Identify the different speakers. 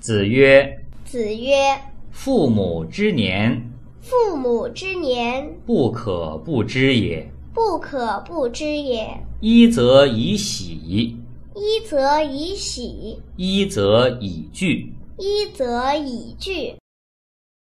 Speaker 1: 子曰
Speaker 2: 子曰：“
Speaker 1: 父母之年，：“
Speaker 2: 父母之年，
Speaker 1: 不可不知也。
Speaker 2: 不可不知也。
Speaker 1: 一则以喜，
Speaker 2: 一则以喜，
Speaker 1: 一则以惧。”
Speaker 2: 一则以惧。”